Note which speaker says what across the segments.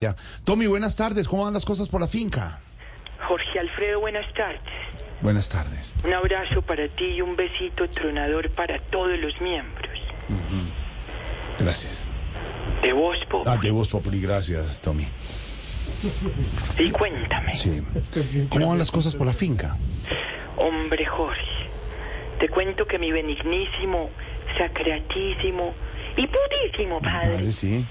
Speaker 1: Ya. Tommy, buenas tardes. ¿Cómo van las cosas por la finca?
Speaker 2: Jorge Alfredo, buenas tardes.
Speaker 1: Buenas tardes.
Speaker 2: Un abrazo para ti y un besito tronador para todos los miembros
Speaker 1: Gracias.
Speaker 2: de Bospo.
Speaker 1: Ah, de Voz Populi, gracias, Tommy.
Speaker 2: Y cuéntame,
Speaker 1: Sí. ¿Cómo van las cosas por la finca?
Speaker 2: hombre Jorge, te cuento que mi benignísimo, sacratísimo y purísimo padre
Speaker 1: Padre, sí.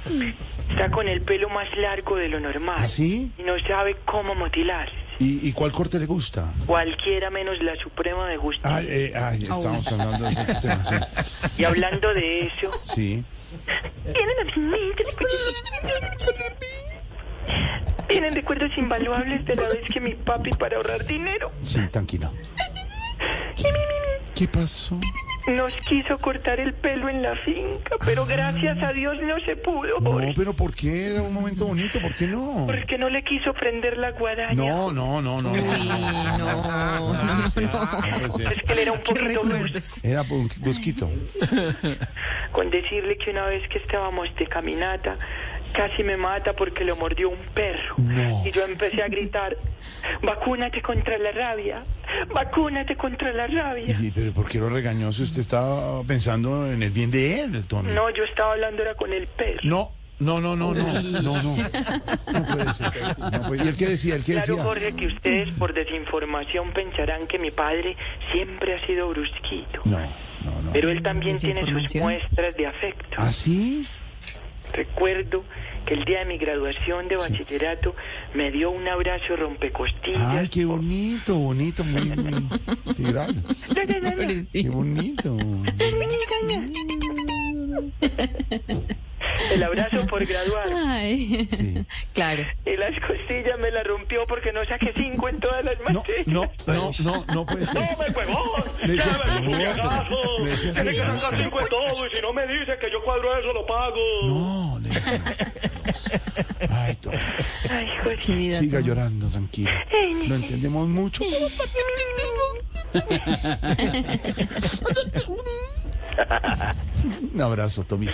Speaker 2: está con el pelo más largo de lo normal
Speaker 1: este. ¿Ah, sí?
Speaker 2: y no sabe cómo motilarse.
Speaker 1: ¿Y, y cuál corte le gusta?
Speaker 2: Cualquiera menos la suprema de gusto.
Speaker 1: Ah, eh, ay, estábamos hablando de ese tema, sí.
Speaker 2: Y hablando de eso,
Speaker 1: Sí.
Speaker 2: Tienen Tienen recuerdos invaluables de la vez que mi papi para ahorrar dinero
Speaker 1: Sí, tranquilo. ¿Qué pasó?
Speaker 2: nos quiso cortar el pelo en la finca, pero gracias a Dios no se pudo.
Speaker 1: No,
Speaker 2: Jorge,
Speaker 1: pero ¿por qué? Era un momento bonito, ¿por qué no?
Speaker 2: Porque no le quiso prender la guadaña.
Speaker 1: No, no, no, no.
Speaker 3: no,
Speaker 1: Ah, sí, hombre, sí.
Speaker 2: Es que él era un poquito brusco.
Speaker 1: Era un busquito.
Speaker 2: con decirle que una vez que estábamos de caminata, casi me mata porque lo mordió un perro.
Speaker 1: No.
Speaker 2: Y yo empecé a gritar, vacúnate contra la rabia, vacúnate contra la rabia.
Speaker 1: Y, pero ¿por qué lo regañó si usted estaba pensando en el bien de él, Tommy?
Speaker 2: No, yo estaba hablando era con el perro.
Speaker 1: No, no, no, no, no, no, no. No puede ser. No puede- ¿Y él qué decía? ¿El qué
Speaker 2: Claro,
Speaker 1: decía?
Speaker 2: Jorge, que ustedes por desinformación pensarán que mi padre siempre ha sido brusquito.
Speaker 1: No, no, no.
Speaker 2: Pero él también tiene sus
Speaker 3: Desinformación.
Speaker 2: muestras de afecto.
Speaker 1: ¿Ah, sí?
Speaker 2: Recuerdo que el día de mi graduación de bachillerato me dio un abrazo rompecostillas.
Speaker 1: Ay, qué bonito, bonito, muy muy integral. Qué bonito.
Speaker 2: El abrazo por graduar.
Speaker 3: Ay,
Speaker 1: Sí.
Speaker 3: claro.
Speaker 2: Y las costillas me la rompió porque no saqué cinco en todas las
Speaker 1: No,
Speaker 2: materias.
Speaker 1: no, no, no, no puede
Speaker 2: ¡No
Speaker 1: ser.
Speaker 2: me huevón!
Speaker 1: Le decía-
Speaker 2: ¡Lléveme
Speaker 1: no,
Speaker 2: su
Speaker 1: pero- le decía
Speaker 2: viajazo! Tiene
Speaker 1: así,
Speaker 2: que
Speaker 1: ¿no?
Speaker 2: sacar cinco en todo y si no me dice que yo cuadro eso, lo pago.
Speaker 1: No, le dije, no. Ay, Tommy,
Speaker 2: Ay, Jorge.
Speaker 3: Qué vida.
Speaker 1: siga llorando, tranquilo. Lo entendemos mucho. Un abrazo, Tommy.